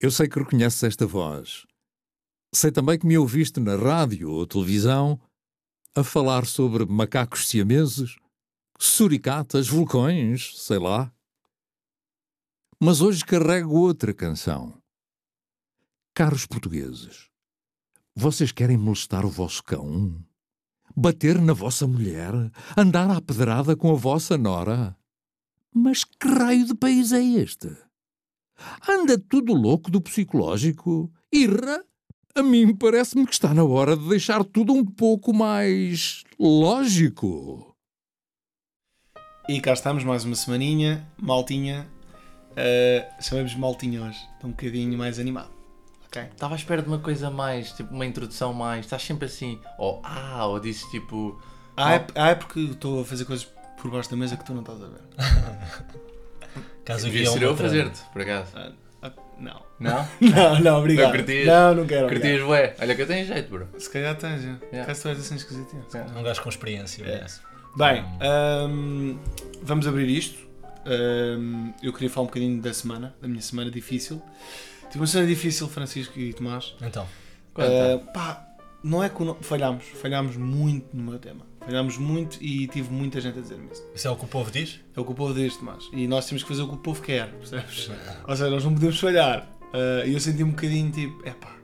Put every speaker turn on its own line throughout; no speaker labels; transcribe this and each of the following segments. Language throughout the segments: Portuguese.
Eu sei que reconheces esta voz. Sei também que me ouviste na rádio ou televisão a falar sobre macacos siameses, suricatas, vulcões, sei lá. Mas hoje carrego outra canção. Caros portugueses, vocês querem molestar o vosso cão? Bater na vossa mulher? Andar à pedrada com a vossa nora? Mas que raio de país é este? Anda tudo louco do psicológico? Irra? A mim parece-me que está na hora de deixar tudo um pouco mais lógico.
E cá estamos mais uma semaninha, maltinha. Uh, chamamos maltinha hoje, estou um bocadinho mais animado. Ok?
Estava à espera de uma coisa mais, tipo uma introdução mais. Estás sempre assim, ou ah, ou disse tipo.
Ah, é, ah, é porque estou a fazer coisas por baixo da mesa que tu não estás a ver.
Caso o
Devia
guião
ser eu a
me trave.
fazer-te, por acaso.
Ah, ah, não.
Não?
Não, não, obrigado.
Não curtias?
Não, não quero.
Curtias, ué? Olha que eu tenho jeito, bro.
obrigado. Se calhar tens, já.
Yeah.
Caso tu és assim esquisitinho. se calhar.
Um gajo com experiência.
É.
parece.
Bem, hum, vamos abrir isto. Hum, eu queria falar um bocadinho da semana, da minha semana difícil. Tive uma semana difícil, Francisco e Tomás.
Então,
Conta.
Uh, pá, não é que o no- falhámos, falhámos muito no meu tema. Falhámos muito e tive muita gente a dizer-me isso.
isso é o que o povo diz?
É o que o povo diz, Tomás. E nós temos que fazer o que o povo quer, percebes?
É.
Ou seja, nós não podemos falhar. Uh, E eu senti um bocadinho tipo, epá,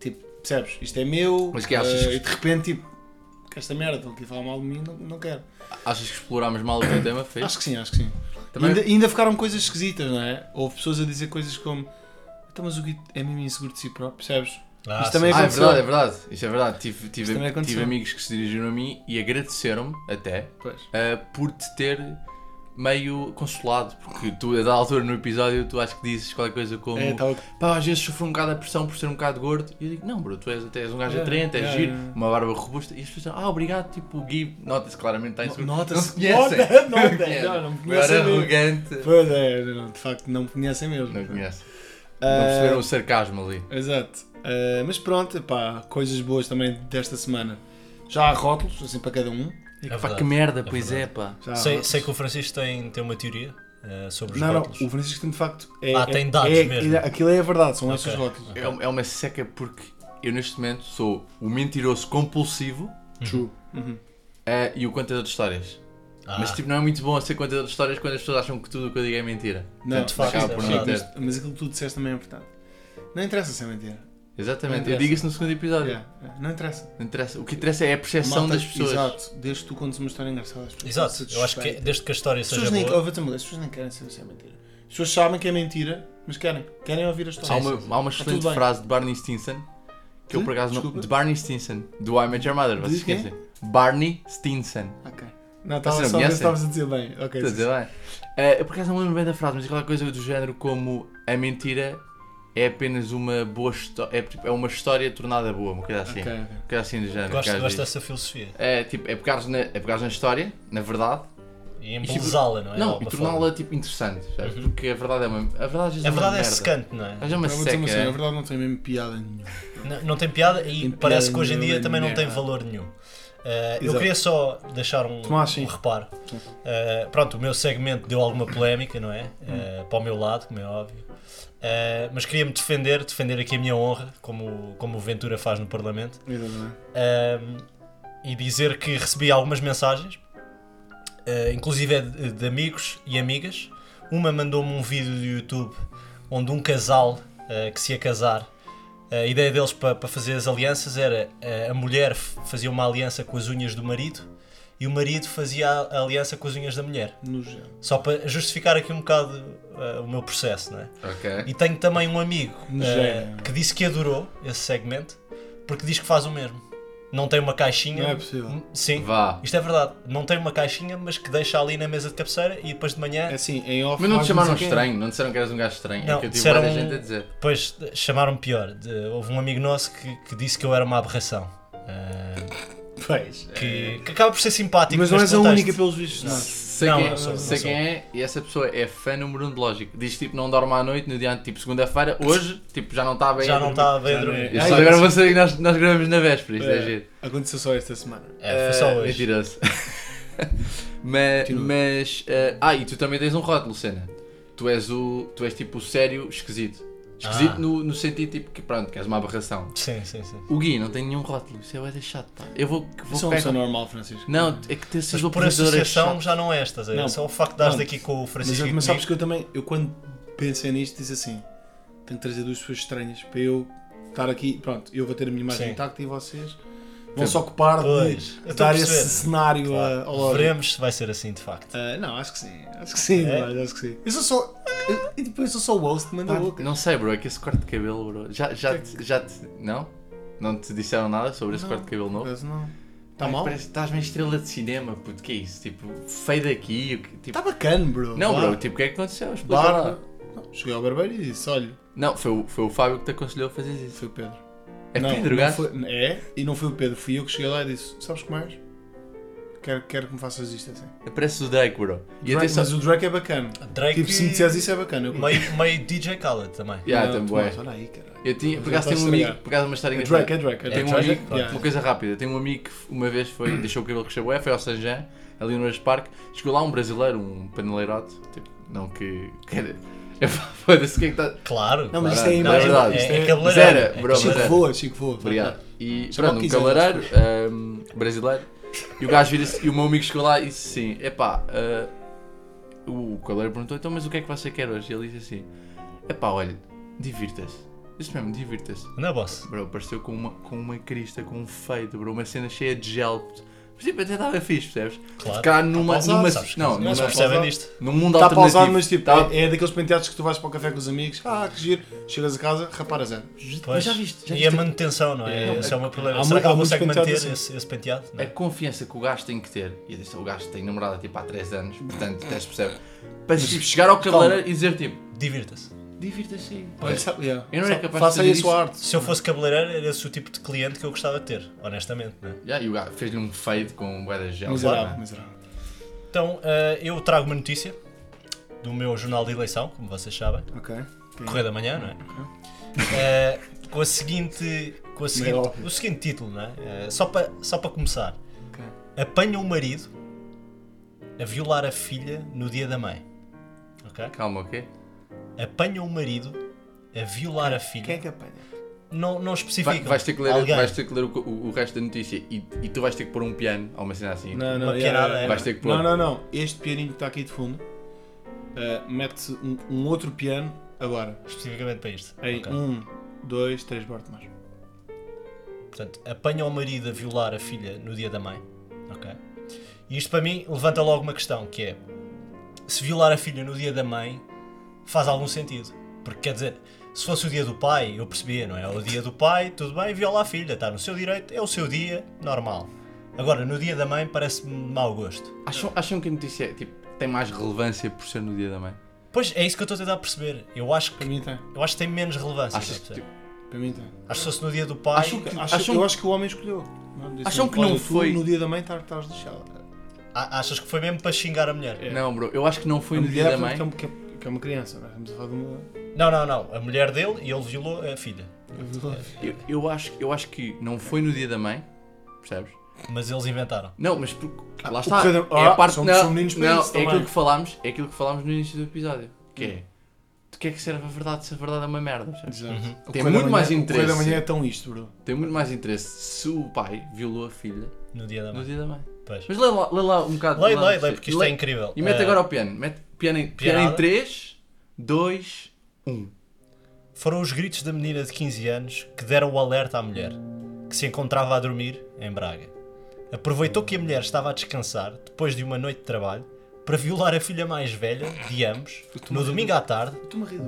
tipo, percebes? Isto é meu.
Mas que achas
uh,
que-
E de repente, tipo, que esta merda, estão aqui a falar mal de mim, não, não quero.
Achas que explorámos mal o teu tema? Fez?
Acho que sim, acho que sim.
Também-
Ainda, ainda ficaram coisas esquisitas, não é? Houve pessoas a dizer coisas como, então, mas o Gui é mesmo inseguro de si próprio, percebes?
Ah,
Isto também
sim.
Ah, é
aconteceu.
verdade, é verdade. Isto é verdade. Tive, tive,
também aconteceu.
tive amigos que se dirigiram a mim e agradeceram-me até
Pois.
ah, por te ter meio consolado. Porque tu, a da altura no episódio, tu acho que dizes qualquer coisa como
É, tava-
pá, às vezes sofro um bocado a pressão por ser um bocado gordo. E eu digo, não, bro, tu és, tu és um gajo
É,
atraente, és
é,
giro,
é.
uma barba robusta. E as pessoas dizem, ah, obrigado, tipo, o Gui, nota-se claramente, está inseguro.
Nota-se.
não se conhecem.
Nota- nota-
conhecem.
não, não me
Eu era
conhecem mesmo.
arrogante.
Pois é, não, de facto não me conhecem mesmo.
Não conhecem.
Ah,
Não perceberam o sarcasmo ali.
Exato. Ah, mas pronto, pá, coisas boas também desta semana. Já há rótulos, assim para cada um.
É
Pá,
verdade.
que merda,
É
pois é, pá.
Já há
Sei,
rótulos.
sei que o Francisco tem, tem uma teoria eh, sobre os
Não, não,
rótulos.
o Francisco tem de facto. É,
Ah,
é-
tem dados
é-
mesmo.
Aquilo é a verdade, são esses
Ok.
rótulos.
É, um- é uma seca porque eu neste momento sou o mentiroso compulsivo
True. Uhum.
eh, e o contador de histórias.
Ah,
Mas tipo, não é muito bom a ser contador de histórias quando as pessoas acham que tudo o que eu digo é mentira.
Não,
de facto,
acaba
é
por não
verdade.
ter. Mas aquilo que tu disseste também é importante. Não interessa se é mentira.
Exatamente,
Não
eu
interessa. É.
digo isso no segundo episódio.
Yeah, yeah, Não interessa.
Não interessa. O que interessa é a percepção
Malta,
das pessoas.
Exato, desde que tu contes uma história engraçada. as pessoas
Exato,
se
eu acho que é-
suspeitam.
desde que a história
As
seja
pessoas, nem,
boa.
oh, vou dizer uma coisa, as pessoas nem querem saber se é mentira. As pessoas sabem que é mentira, mas querem. Querem ouvir a história.
Há uma, há uma
Tá tudo
excelente
bem.
frase de Barney Stinson que eu
De?
por acaso não.
Desculpa?
De Barney Stinson, do I Met Your Mother, vocês
De quem?
esquecem. Barney Stinson.
Ok. Não, estava
Vocês não
só a ver se
conhecem?
estavas a dizer bem. Ok.
Estás a dizer bem? Eh, eu por acaso não me lembro bem da frase, mas é qualquer coisa do género como a mentira é apenas uma boa história. É, tipo, é uma história tornada boa, uma coisa assim.
Ok, ok.
Uma coisa assim do género. que
Gosto,
às
gosto
vezes-
dessa filosofia.
É tipo, é pegares na, é pegares na história, na verdade,
E
tipo,
embelezá-la, não é? De
não, e
alguma
torná-la tipo interessante, sabes?
Uhum.
Porque a verdade é uma. A verdade às vezes
forma. A verdade
é
é
uma merda.
secante, não é?
Às vezes é uma
Não, vou dizer uma
seca.
cena,
é?
na verdade não tem mesmo piada nenhuma.
Não, não tem piada e
Tem
parece
piada
que hoje em dia
nenhuma,
também não tem
merda.
valor nenhum. Uh, eu
é? Exato.
queria só deixar um,
Tomás, sim.
um reparo.
Sim.
Uh, pronto, o meu segmento deu alguma polémica, não é? Uh,
Hum.
para o meu lado, como é óbvio. Uh, mas queria-me defender, defender aqui a minha honra, como, como o Ventura faz no Parlamento.
Exatamente.
Um, e dizer que recebi algumas mensagens, uh, inclusive de, de amigos e amigas. Uma mandou-me um vídeo do YouTube onde um casal uh, que se ia casar, ah, a ideia deles para fazer as alianças era uh, a mulher f- fazia uma aliança com as unhas do marido e o marido fazia a a aliança com as unhas da mulher.
No género.
Só para justificar aqui um bocado uh, o meu processo, não é?
Ok.
E tenho também um amigo
Gênio.
eh, que disse que adorou esse segmento porque diz que faz o mesmo. Não tem uma caixinha. Hum,
Não é possível.
Sim.
Vá.
Isto é verdade. Não tem uma caixinha, mas que deixa ali na mesa de cabeceira e depois de manhã.
É assim, em off.
Mas não te
nós
chamaram
dizer quem é.
estranho, não disseram que eras um gajo estranho. é
Não,
que eu tive
disseram- um-
várias gente a dizer.
Depois de- chamaram pior. De- houve um amigo nosso que, que disse que eu era uma aberração. Eh,
Pois. é.
que, que acaba por ser simpático.
Mas não és
neste
a
contexto.
única pelos vistos. Não.
Sei,
Não,
quem,
não sou, não
sei
sou.
quem é e essa pessoa é fã número um de lógico. Diz tipo não dorme à noite no dia ante- tipo segunda-feira, hoje tipo já não está bem.
Já não tá. está bem a
Já não é.
dormir.
Eu
Ai,
só agora vou saber que nós, nós gravamos na véspera, isto é,
É.
giro.
Aconteceu só esta semana.
É, foi só
Ah,
hoje.
Mentiroso. mas. eh,
Continua.
mas ah, ah, e tu também tens um rótulo, Cena. Tu és o. Tu és tipo o sério esquisito. Esquisito
Ah.
no, no sentido tipo que pronto, que és uma aberração.
Sim, sim, sim.
O Gui não tem nenhum rótulo, isso é bué de chato, pá. Eu vou,
Eu
vou
é um
sou uma
pegar-
pessoa normal, Francisco.
Não, é que ter essas
Mas por
oposidoras é
associação
chato.
já não é estas, é
Não.
só o facto de dares
Não.
aqui com o
Mas,
Francisco
eu,
e
mas sabes
comigo.
que eu também, eu quando pensei nisto, disse assim: tenho que trazer duas pessoas estranhas para eu estar aqui. Pronto, eu vou ter a minha imagem
Sim.
intacta e vocês vão se ocupar
Pois, eu
de
estou a
dar
perceber.
esse cenário a- ao lógico.
Veremos se vai ser assim de facto.
Ah, não, acho que sim, acho que sim,
É?
Eduardo, acho que sim. Tá Eu sou só. eu- e depois eu sou só o host, manda
Pá,
louca.
Não sei, bro, é que esse corte de cabelo, bro. Já, já, te, já te. Não? Não te disseram nada sobre esse
é Não.
corte de cabelo novo?
Mas não. Está
Pá,
mal?
Parece É que estás uma estrela de cinema, puto. Que é isso? Tipo, feio daqui. o que- Tipo...
Está Tá bacana, bro.
Não,
Vá.
bro, tipo, o que é que aconteceu? Explica
Barba.
lá.
Não, Cheguei ao barbeiro e disse: olha,
Não, foi o, foi o Fábio que te aconselhou a fazer isso.
foi o Pedro.
É
não,
Pedro
não
Gato?
foi- é, e não foi o Pedro, fui eu que cheguei lá e disse: sabes como é? Quero, quero que me faças isto assim.
Parece o Drake, bro. E
Drake,
atenção.
Mas o Drake é bacana.
Drake
Tipo, se me disseres isso é bacana. Eu
meio, meio DJ Khaled também.
Yeah,
Não,
também.
Tomás, olha aí, caralho.
Eu tinha, por
Já
acaso tenho um
estás a
amigo,
estragar.
por acaso uma história
É
engraçada.
Drake, é Drake. é
Tenho um
Drake.
amigo,
Yeah.
uma coisa rápida, tenho um amigo que uma vez foi, deixou o cabelo crescer bué, foi ao San Jean, ali no Orange Park, chegou lá um brasileiro, um paneleirote, tipo, não que... que é pá, foda-se, o que é que está...
Claro.
Não, mas
claro.
isto é
Não, é
imagem.
verdade,
isto
é, é
é-
cabeleireiro.
mas era,
É
bro, mas
cabeleireiro.
era.
Chico voa, Chico voa.
Obrigado. E,
Chama
pronto,
o
um
15 anos,
cabeleireiro ahm, brasileiro, e o gajo vira-se, e o meu amigo chegou lá e disse assim, epá, ah, o cabeleireiro perguntou, então mas o que é que você quer hoje? E ele disse assim, epá, olha, divirta-se, isso mesmo, divirta-se.
Não é boss?
Bro, apareceu com uma, com uma crista, com um feito, bro, uma cena cheia de gel. Mas tipo, até estava fixe, percebes?
Claro. Tá
Ficar numa.
pausado,
numa
sabes que
não,
Não
numa,
se
mas-
percebem disto.
num mundo
Está
alternativo.
pausado, mas tipo,
Tá-
é, é daqueles penteados que tu vais para o café com os amigos, ah, que giro, chegas a casa, rapar a zero.
Pois.
já viste, já
e
viste
a manutenção, não é?
É,
Isso é uma
há
problema. Será que
mu- há
ele
muitos
consegue manter
penteados assim.
esse, esse penteado? Não.
a confiança que o gajo tem que ter. E eu disse, o gajo tem namorada tipo há 3 anos, portanto, até se percebe. Para tipo, chegar ao cabeleireiro e dizer tipo,
Divirta-se.
divirta-se aí.
Olha, sabe, yeah.
Eu não era
Sa-
capaz de
Faça aí
fazer
a sua arte.
Se eu fosse cabeleireiro, era esse o tipo de cliente que eu gostava de ter, honestamente. Não é?
Yeah, e o gajo fez-lhe um fade com um bué de gel.
Miserável,
não é?
miserável.
Então, eh, eu trago uma notícia do meu jornal de eleição, como vocês sabem.
Ok.
Correio da Manhã, não é? Eh, com a seguinte. Com a seguinte
Melhor.
o seguinte título, não é? Eh, só para só para começar.
Ok.
Apanha o marido a violar a filha no dia da mãe. Ok?
Calma, ok?
Apanha o marido a violar a filha.
Quem é que apanha?
Não, não especifica.
Vai- vais ter que ler,
Alguém.
vais ter que ler o, co- o- o resto da notícia e, e tu vais ter que pôr um piano ou uma cena assim.
Não, não,
Uma
yeah,
pianada,
yeah,
é.
Vais ter que pôr.
Não, não, não. Este pianinho que está aqui de fundo uh, mete-se um, um outro piano agora.
Especificamente para isto.
Em
Ok.
um, dois, três Bartomar.
Portanto, apanha o marido a violar a filha no dia da mãe. Ok? E isto para mim levanta logo uma questão, que é se violar a filha no dia da mãe faz algum sentido. Porque quer dizer, se fosse o dia do pai, eu percebia, não é? O dia do pai, tudo bem, viola a filha, está no seu direito, é o seu dia, normal. Agora, no dia da mãe parece-me mau gosto.
Acham, acham que a notícia é, tipo, tem mais relevância por ser no dia da mãe?
Pois é isso que eu estou a tentar perceber. Eu acho
Para
que,
mim tem.
eu acho que tem menos relevância.
Achas
estás a
que, tipo,
perceber?
Para mim tem.
Acho que se fosse no dia do pai.
Acho que-
Acho,
acham-
Eu acho que o homem escolheu. Não, disse,
Acham que não
olha, tu
foi?
No dia da mãe tá- estás lixado.
A- Achas que foi mesmo para xingar a mulher?
Não, bro, eu acho que não foi
A
no dia
mulher
da mãe.
Que é, que é- que é uma criança, não é? Estamos a falar de uma.
Não, não, não. A mulher dele e ele violou a filha.
É.
Eu, eu acho, eu acho que não foi no dia da mãe, percebes?
Mas eles inventaram.
Não, mas porque,
Ah,
lá
o
está.
cada-
é a
ah,
parte
são-
não,
são meninos para
não,
isso
é aquilo
também.
que falámos, é aquilo que falámos no início do episódio, que é do que é que serve a verdade se a verdade é uma merda, percebes?
Exato.
Uhum.
O
Tem
correio da
muito
manhã-
mais
O correio
interesse.
da manhã é tão isto, bro.
Tem muito mais interesse se o pai violou a filha
No dia da
no
mãe.
dia da mãe.
Pois.
Mas lê lá, lê lá um bocado.
Lei,
lê lá,
lei, lei, porque isto é incrível.
E mete
Eh,
agora o piano, mete piano em, piano em
pianada.
3, 2, 1.
Foram os gritos da menina de 15 anos que deram o alerta à mulher, que se encontrava a dormir em Braga. Aproveitou que a mulher estava a descansar, depois de uma noite de trabalho, para violar a filha mais velha de ambos, no domingo à tarde,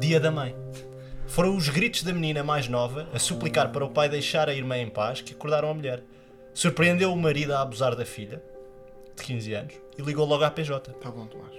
dia da mãe. Foram os gritos da menina mais nova a suplicar para o pai deixar a irmã em paz que acordaram a mulher. Surpreendeu o marido a abusar da filha, de 15 anos, e ligou logo à PJ.
Tá bom, Tomás.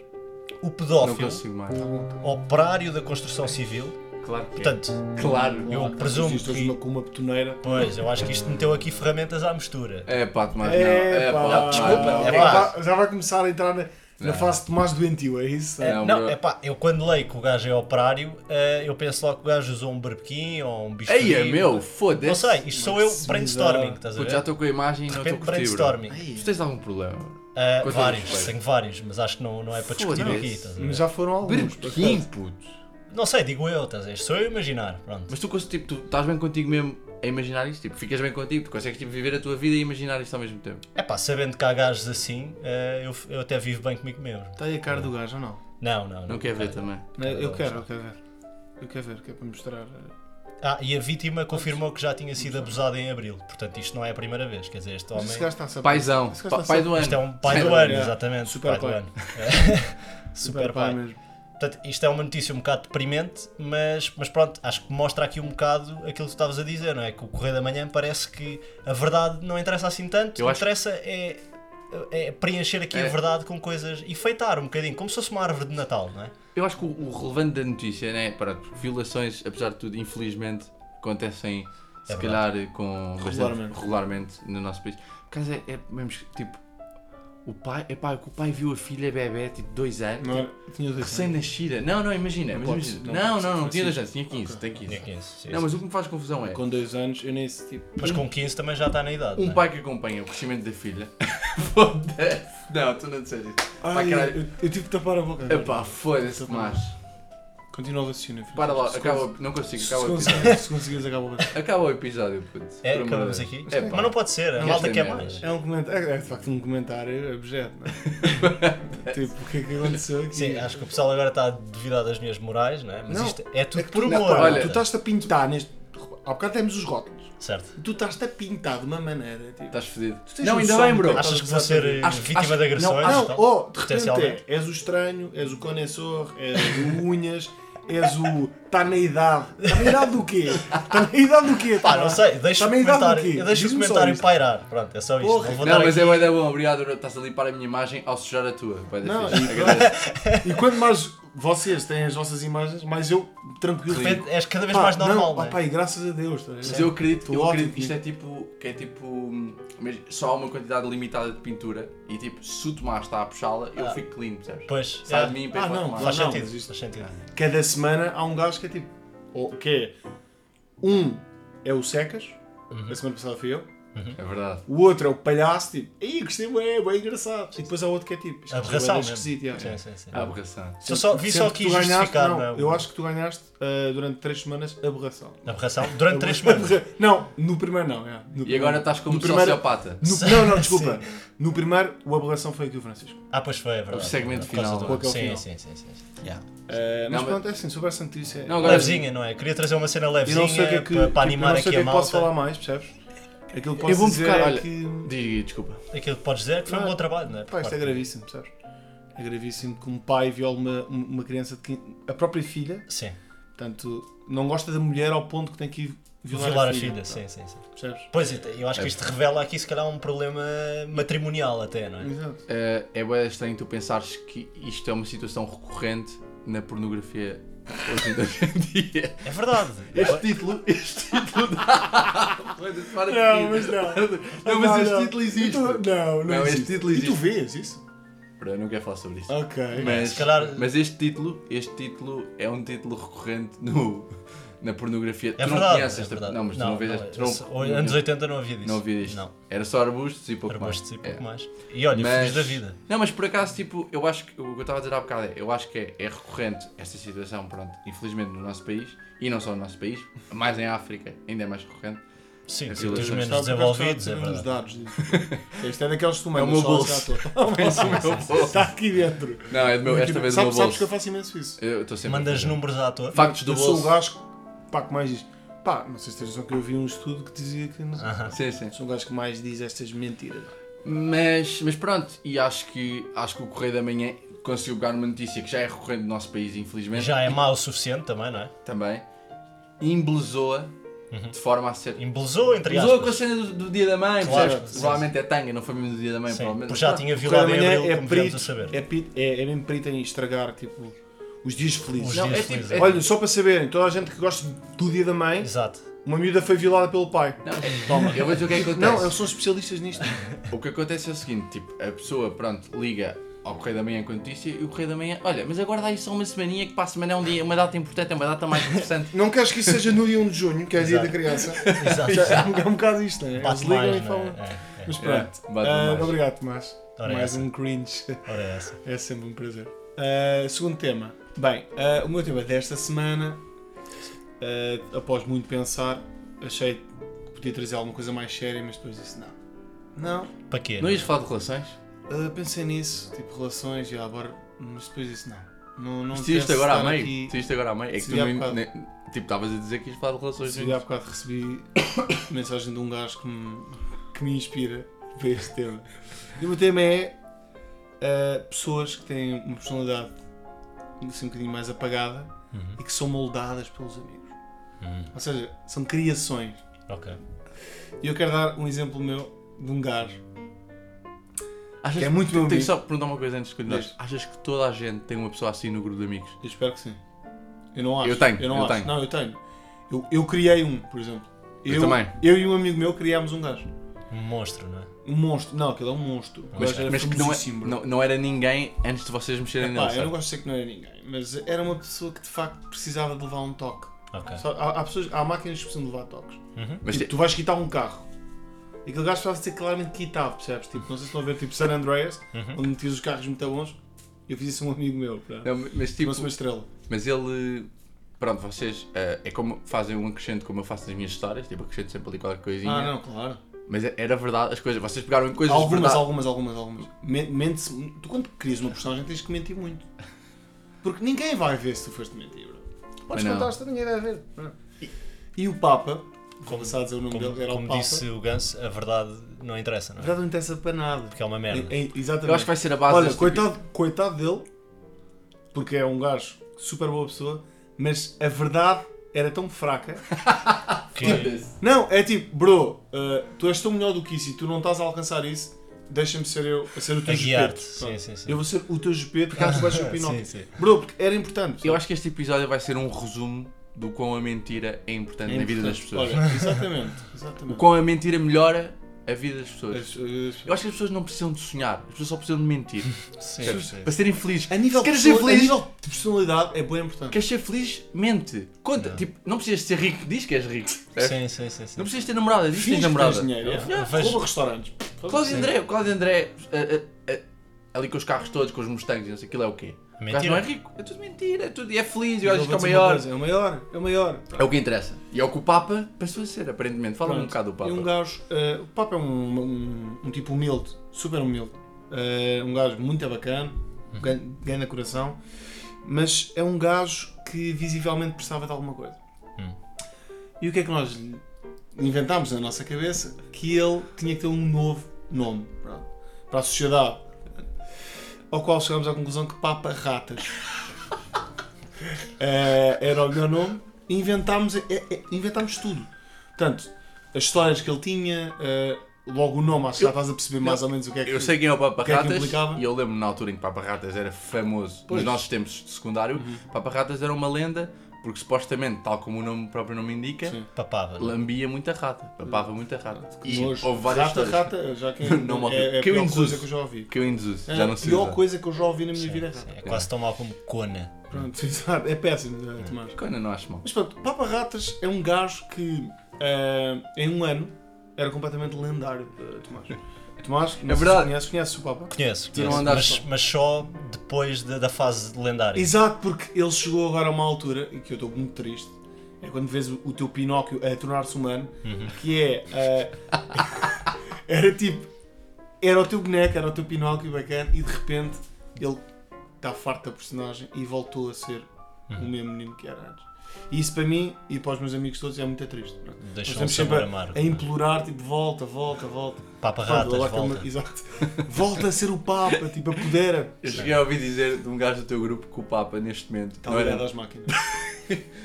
O
Não
pedófilo,
consigo mais.
Tá bom.
operário da construção civil,
Claro que é.
portanto,
Claro.
eu presumo
Presumo
que
com uma betoneira.
Pois, eu acho que isto meteu aqui ferramentas à mistura.
É pá, Tomás, não. É
Epá,
pá,
desculpa,
Tomás,
é
já
não.
pá.
vai- Já vai começar a entrar na, na fase de Tomás doentio, é isso?
É.
Não,
bro.
é pá, eu quando leio que o gajo é operário, eh, eu penso logo que o gajo usou um berbequim ou um bicho.
Ei, é meu, foda-se.
Não sei, isto sou eu
Mas
brainstorming,
já-
estás a
Puto, já
ver?
estou com a imagem e
De
não estou a
repente
curtir. bro.
brainstorming.
Tu tens algum problema?
Eh,
Quanto é que
vários,
foi?
tenho vários, mas acho que não, não é para discutir
Foda-se.
aqui, estás a ver?
Mas já foram alguns. por
Berbequim,
acaso.
puto.
Não sei, digo eu, estás a ver? Sou eu a imaginar, pronto.
Mas tu, cons- tipo, tu estás bem contigo mesmo a imaginar isto? Tipo, ficas bem contigo, tu consegues tipo, viver a tua vida e imaginar isto ao mesmo tempo.
É pá, sabendo que há gajos assim, eh, eu, eu até vivo bem comigo mesmo.
Está Tá aí a cara do gajo ou não?
Não, não, não.
Não quer ver
Ah,
também.
Não, Eu
Ah,
quero, eu quero ver. Eu quero ver, que é para mostrar. eh.
Ah, e a vítima confirmou que já tinha sido abusada em abril. Portanto, isto não é a primeira vez. Quer dizer, este
Mas
homem.
esse gajo está a saber.
Paizão,
Esse gajo
pa-
está
pai do ano.
Isto é um pai
Sim,
do ano,
é.
exatamente.
Super
pai,
pai.
do ano. Super
é
Super
pai.
pai mesmo.
Portanto, isto é uma notícia um bocado deprimente, mas, mas pronto, acho que mostra aqui um bocado aquilo que tu estavas a dizer, não é? Que o Correio da Manhã parece que a verdade não interessa assim tanto,
Eu
o que
acho-
interessa é, é preencher aqui
É.
a verdade com coisas e feitar um bocadinho, como se fosse uma árvore de Natal, não é?
Eu acho que o, o relevante da notícia, né? Pronto, porque violações, apesar de tudo, infelizmente, acontecem se
É
calhar com
Regularmente.
bastante regularmente no nosso país. Por causa é, é mesmo tipo. O pai, é pá, que o pai viu a filha bebê, tipo, dois anos,
Não
tipo,
era- Tinha dois anos.
recém-nascida. Não, não, imagina,
Não
mas
pode-
imagina.
não
Não, não,
pode ser
não, tinha dois anos,
preciso.
tinha 15,
Ok.
tem 15.
Tinha 15, sim,
Não,
sim.
mas o que me faz confusão é,
Com dois anos, eu nem sei tipo.
mas com 15 também já está na idade.
um
não é?
pai que acompanha o crescimento da filha. Foda-se. Não, tu não disseste isso. Pá,
Ai,
caralho.
eu, eu tive que tapar a boca.
Epá, foda-se, Tomás.
Continua a raciocinar. filho.
Para lá,
Se
acaba,
cons-
não consigo,
Se
acaba o episódio.
conseguires, se conseguires, acaba o raciocínio.
Acaba o episódio, puto.
É,
Por amor de
acabamos
Deus.
aqui.
É, pá.
mas não pode ser, a
Esta
malta quer
merda.
mais.
É um comentário. É, é de facto um comentário abjeto, não é? tipo, o que é que aconteceu aqui?
Sim, acho que o pessoal agora está a duvidar das minhas morais, não é? Mas
Não.
isto é tudo
É que
por
tu- não,
amor.
olha,
olha.
tu estás-te a pintar neste. Há bocado temos os rótulos.
Certo.
Tu estás-te a pintar de uma maneira. Tipo,
Estás fedido.
tens
Não, ainda
noção
bem,
do
bro.
que é
Achas que vou ser eh,
Acho-
vítima
acho-
de agressões?
não,
e
Não,
tal?
oh, de repente
então? Potencialmente.
é, és o estranho, és o conessor, és o unhas, és o. Está na idade. Está na idade do quê? Está na idade do quê? Tá
Pá, não sei, deixa o
Também dá-me
comentário,
aqui.
eu deixo o
Diz-me só
comentário
isto.
pairar. Pronto, é só isto.
Porra.
Não vou
Não,
dar
mas
aqui-
é bem bom, obrigado, bro. estás a limpar a minha imagem ao sujar a tua. Vai
Não,
dar
e,
fixe. Agradeço.
e quanto mais vocês têm as vossas imagens, mais eu tranquilo.
de repente és cada vez
Pá,
mais normal,
não,
não é?
opá, e graças a Deus. tá a ver?
Mas eu acredito,
Estou
eu
ótimo,
acredito que isto
filho.
é tipo, que é tipo, hum, mas só há uma quantidade limitada de pintura e tipo, se o Tomás está a puxá-la, eu
Ah.
fico clean, percebes?
Pois,
Sai
é.
de mim e pensa
Ah,
para o
não,
Tomás.
faz
não,
sentido,
mas isto-
faz sentido.
Cada semana há um gajo que é tipo. Ou que é. Um é o Secas,
Uhum.
a semana passada fui eu.
É verdade.
O outro é o palhaço, tipo. Ih, gostei, é bem engraçado. E depois há outro que é tipo. isto é
Aberração
bué
mesmo.
esquisito, já.
Sim, sim, sim.
A aberração.
Só- só- vi só
Sempre
aqui
que tu ganhaste-
justificar,
não,
não é?
Eu acho que tu ganhaste ah, durante 3 semanas aberração.
Aberração? Durante 3 semanas.
Não, no primeiro não. é. No
E
primeiro-
agora estás como
no primeiro-
sociopata.
no- não, não, desculpa. no primeiro, o aberração foi aqui o Francisco.
Ah, pois foi, é verdade.
O segmento
Por causa
final,
do-
qual que é o
sim,
final?
sim, sim, sim. sim.
Ah, mas
Eh, Não, mas-
pronto, é assim, sobre essa notícia.
Não, agora-
Levezinha, não é? Queria trazer uma cena
eu
levezinha
não sei o que é que.
para,
tipo,
para
eu
animar
não sei o
aqui
que é
a
que posso
malta.
falar mais, perceves? Aquilo que
Eu
posso
vou-me
dizer
focar,
é
olha,
que.
Diz, desculpa.
Aquilo que podes dizer é que foi um
Não.
bom trabalho, não é?
Pá, isto é gravíssimo, percebes? É gravíssimo que um pai viola uma, uma criança de 15, a própria filha,
Sim,
portanto, não gosta da mulher ao ponto que tem que ir violar,
violar a filha, sim, sim, sim.
Percebes?
Pois, é, eu acho que isto revela aqui se calhar um problema matrimonial até, não é?
Exato.
Eh, é bem estranho tu pensares que isto é uma situação recorrente na pornografia hoje em- hoje em dia.
É verdade.
Este tipo título, este título dá. Foda-se, para de rir.
Não, mas Ah, não.
Não, mas este título existe.
Então, não, não,
Não, este
existe.
título
E tu
existe.
vês isso?
Pera, eu não quero falar sobre isso.
Ok.
Mas,
se calhar-
mas este título, este título é um título recorrente no, na pornografia.
É
tu
verdade.
não conheces
é
esta.
verdade.
Não, mas tu não vês
é.
este tronco.
Ou- Anos 80 não havia disso.
Não ouvi isto.
Não.
Era só arbustos e pouco
Arbustos e
mais. É.
pouco mais. E olha,
Mas-
feliz da vida.
Não, mas por acaso, tipo, eu acho que o que eu estava a dizer há bocado é, eu acho que é, é recorrente esta situação, pronto, infelizmente no nosso país, e não só no nosso país, mais em África, ainda é mais recorrente.
Sim,
É
sim, os
violação.
Sabe,
menos
por acaso,
desenvolvidos, é
sabe os
verdade.
dados disso. Este é daqueles que tu mandas,
É o meu
só
bolso.
à toa.
Pensa no meu bolso.
Está aqui dentro.
Não, é do meu, esta vez do meu
Sabe- Sabes que eu
bolso.
faço imenso
É
isso.
Eu estou sempre.
Mandas números à toa.
Factos do
eu sou o
bolso.
gajo que, pá, que mais diz. Pá, não sei se tens noção que eu vi um estudo que dizia que. Não,
Aham.
Sim, sim.
Sou o gajo que mais diz estas mentiras.
Mas, mas pronto, e acho que, acho que o Correio da Manhã conseguiu pegar uma notícia que já é recorrente no nosso país, infelizmente.
Já é mau o suficiente também, não é?
Também. E embelezou-a de forma a ser.
Embelezou, entre
Embelezou com a
Uhum. aspas.
cena do, do dia da mãe,
Claro,
percebes?
sim,
Provavelmente é tanga, não foi mesmo do dia da mãe,
Sim,
provavelmente.
porque já
Pronto.
tinha
O Correio
violado
da
em abril,
Manhã é
como viemos
perito,
a saber.
é, pit- é, é mesmo perito em estragar tipo, os dias felizes.
Os
Não,
dias
é tipo-
felizes.
é-
Olha, só para saberem, toda a gente que gosta do dia da mãe,
Exato.
uma miúda foi violada pelo pai. Toma.
Eu vou dizer o que é que acontece.
Não, eles são especialistas nisto.
O que acontece é o seguinte, tipo, a pessoa, pronto, liga ao Correio da Manhã com a notícia e o Correio da Manhã, olha, mas aguarda aí só uma semaninha que para a semana é um dia, uma data importante, é uma data mais interessante.
Não queres que isso seja no dia 1 de junho, que é o dia
Exato.
da criança.
Exato.
É um- é um bocado isto, né? Eles
Bate
ligam
mais,
e
não
falam.
é? É, é.
Mas pronto.
É, bate
Ah,
mais.
obrigado, Tomás.
Ora,
mais
essa.
um cringe.
Ora é essa.
É sempre um prazer. Ah, segundo tema. Bem, ah, o meu tema desta semana, ah, após muito pensar, achei que podia trazer alguma coisa mais séria, mas depois disse não. Não,
Para quê?
Não
é?
ias falar de relações?
Ah, pensei nisso, tipo relações, já agora, mas depois disse não. Não, não
Mas Tiraste
quero
agora a
estar
meio.
aqui-
Tiraste agora a meio. É que tu
Decidi há
nem,
bocado.
nem- Tipo, estavas a dizer que ias falar de relações.
Decidi há bocado recebi mensagem de um gajo que me, que me inspira para este tema. E o meu tema é ah, pessoas que têm uma personalidade assim, um bocadinho mais apagada
Uhum.
e que são moldadas pelos amigos.
Uhum.
Hum,
Ou seja, são criações.
ok.
E eu quero dar um exemplo meu de um gajo.
Achas
Que é muito meu
Tenho
amigo.
só que perguntar uma coisa antes de continuar.
Diz.
Achas que toda a gente tem uma pessoa assim no grupo de amigos?
Eu espero que sim. Eu não acho.
Eu tenho,
não
eu
acho.
tenho.
Não, eu tenho. Eu, eu criei um, por exemplo.
Eu também.
Eu e um amigo meu criámos um gajo.
Um monstro, não é?
Um monstro. Não, aquele é um monstro. O
Mas,
gajo era
mas que não, é-
famosíssimo, bro.
não, não era ninguém antes de vocês mexerem
um Epá,
nele.
eu não
certo?
gosto de dizer que não era ninguém, mas era uma pessoa que de facto precisava de levar um toque.
Ok.
Só- há, há pessoas, há máquinas que precisam de levar toques.
Uhum.
É. Mas é-
Tipo,
te-
tu vais quitar um carro. E aquele gajo precisava de ser claramente quitado, percebes? Tipo, não sei se estão a ver, tipo San Andreas, onde metias os carros muito bons. Eu fiz isso a um amigo meu, pá.
Uhum. não, mas tipo,
Tornou-se uma estrela.
Mas ele. Pronto, vocês. eh, é como fazem um acrescento como eu faço nas minhas histórias, tipo, acrescento sempre ali qualquer coisinha.
Ah, não, claro.
Mas é- era verdade, as coisas. Vocês pegaram em coisas
Algumas,
verdade.
algumas, algumas, algumas. Men- Mente-se. Tu quando crias uma personagem tens que mentir muito. Porque ninguém vai ver se tu foste mentir, bro. Podes
Pois não.
contar esta, ninguém vai ver. Não. E, e o Papa, vou começar a dizer o nome
Como,
dele, era o
como
Papa.
disse o Ganso, a verdade não interessa,
A
não é?
verdade não interessa para nada.
Porque é uma merda.
É- é- exatamente.
Eu acho que vai ser a base
Olha,
deste tipo
coitado, coitado dele, porque é um gajo super boa pessoa, mas a verdade era tão fraca. é
Que...
Não, é tipo, bro, eh, tu és tão melhor do que isso e tu não estás a alcançar isso, deixa-me ser eu a ser o teu
A
jupeto.
guiar-te. Sim, sim, sim.
Eu vou ser o teu jupeto, porque acho que vais ser o Pinóquio.
Sim, sim.
Bro, porque era importante.
Eu acho que este episódio vai ser um resumo do quão a mentira é importante,
É
na vida
importante.
das pessoas.
Olha, exatamente,
O
exatamente.
quão a mentira melhora a vida das pessoas.
As- as-
Eu acho que as pessoas não precisam de sonhar, as pessoas só precisam de mentir.
é- Sim, sim.
Para serem felizes.
A nível,
Se queres
de
ser
pessoa- a
feliz,
nível de personalidade é bem importante.
queres ser feliz, mente.
Ah.
Conta,
Não.
tipo, não precisas de ser rico, diz que és rico.
é-
certo?
Sim, sim, sim, sim.
Não precisas ter namorada, diz que tens
Finge que tens
namorada.
dinheiro. é.
Yeah.
yeah.
Vejo-
Rouba restaurantes.
Cláudio André, o Cláudio André, a- a- a- ali com os carros todos, com os Mustangs, e não sei aquilo é o quê? O gajo não é
Mentira.
rico, é tudo mentira, é tudo, e é feliz, e o
Eu
gajo
vou
diz que é o
dizer uma
maior.
coisa, É o maior, é o maior.
É o que interessa. E é o que o Papa passou a ser, aparentemente. Fala-me um
Pronto.
bocado do Papa.
E um gajo, eh, o Papa é um, um- um tipo humilde, super humilde. Eh, um gajo muito bacana,
Uhum.
gan- ganha coração, mas é um gajo que visivelmente precisava de alguma coisa.
Hum.
E o que é que nós lhe inventámos na nossa cabeça? Que ele tinha que ter um novo nome pronto, para a sociedade. Ao qual chegámos à conclusão que Papa Ratas eh, era o meu nome. Inventámos, eh, eh, inventámos tudo. Portanto, as histórias que ele tinha, eh, logo o nome, acho que já estás a perceber mais ou menos o que é que
Eu sei quem é o Papa
O que é que
Ratas
implicava?
e eu lembro na altura em que Papa Ratas era famoso
Pois. Uhum.
nos nossos tempos de secundário. Papa Ratas era uma lenda porque supostamente, tal como o, nome, o próprio nome indica,
Sim.
Papava. não é?
lambia muita rata, papava muita rata. E
Nojo.
houve várias
rata,
histórias
rata, já que
Não morre.
é, é a
Que eu
pior
induzo.
coisa que eu já ouvi.
que eu induzo,
É
já
a
não sei.
pior coisa que eu já ouvi na minha vida é
Sim,
rata.
É quase tão mal como Kona.
Pronto, exato. É péssimo, é, Tomás.
Coisa não acho mal.
Mas pronto, Papa Ratas é um gajo que eh, em um ano era completamente lendário, eh, Tomás. Tomás, não sei se
verdade.
conheces, conheces o Papa?
Conheço,
não
conheço.
andaste
Mas, mas só depois da, da fase lendária.
Exato, porque ele chegou agora a uma altura, e que eu estou muito triste, é quando vês o o teu Pinóquio a tornar-se humano, que é. ah, era tipo. Era o teu boneco, era o teu Pinóquio bacana, e de repente ele está farto da personagem e voltou a ser o mesmo menino que era antes. E isso para mim e para os meus amigos todos é muito triste. pronto. Nós
Deixou um
estamos sempre
sabor
a,
amargo.
a implorar, tipo, volta, volta, volta.
Papa
Pronto, agora que
Ratas,
ele-
volta.
Exato. Volta a ser o Papa, tipo, a poder.
Eu cheguei a ouvir dizer de um gajo do teu grupo que o Papa, neste momento,
Está
não era-
ligado às máquinas.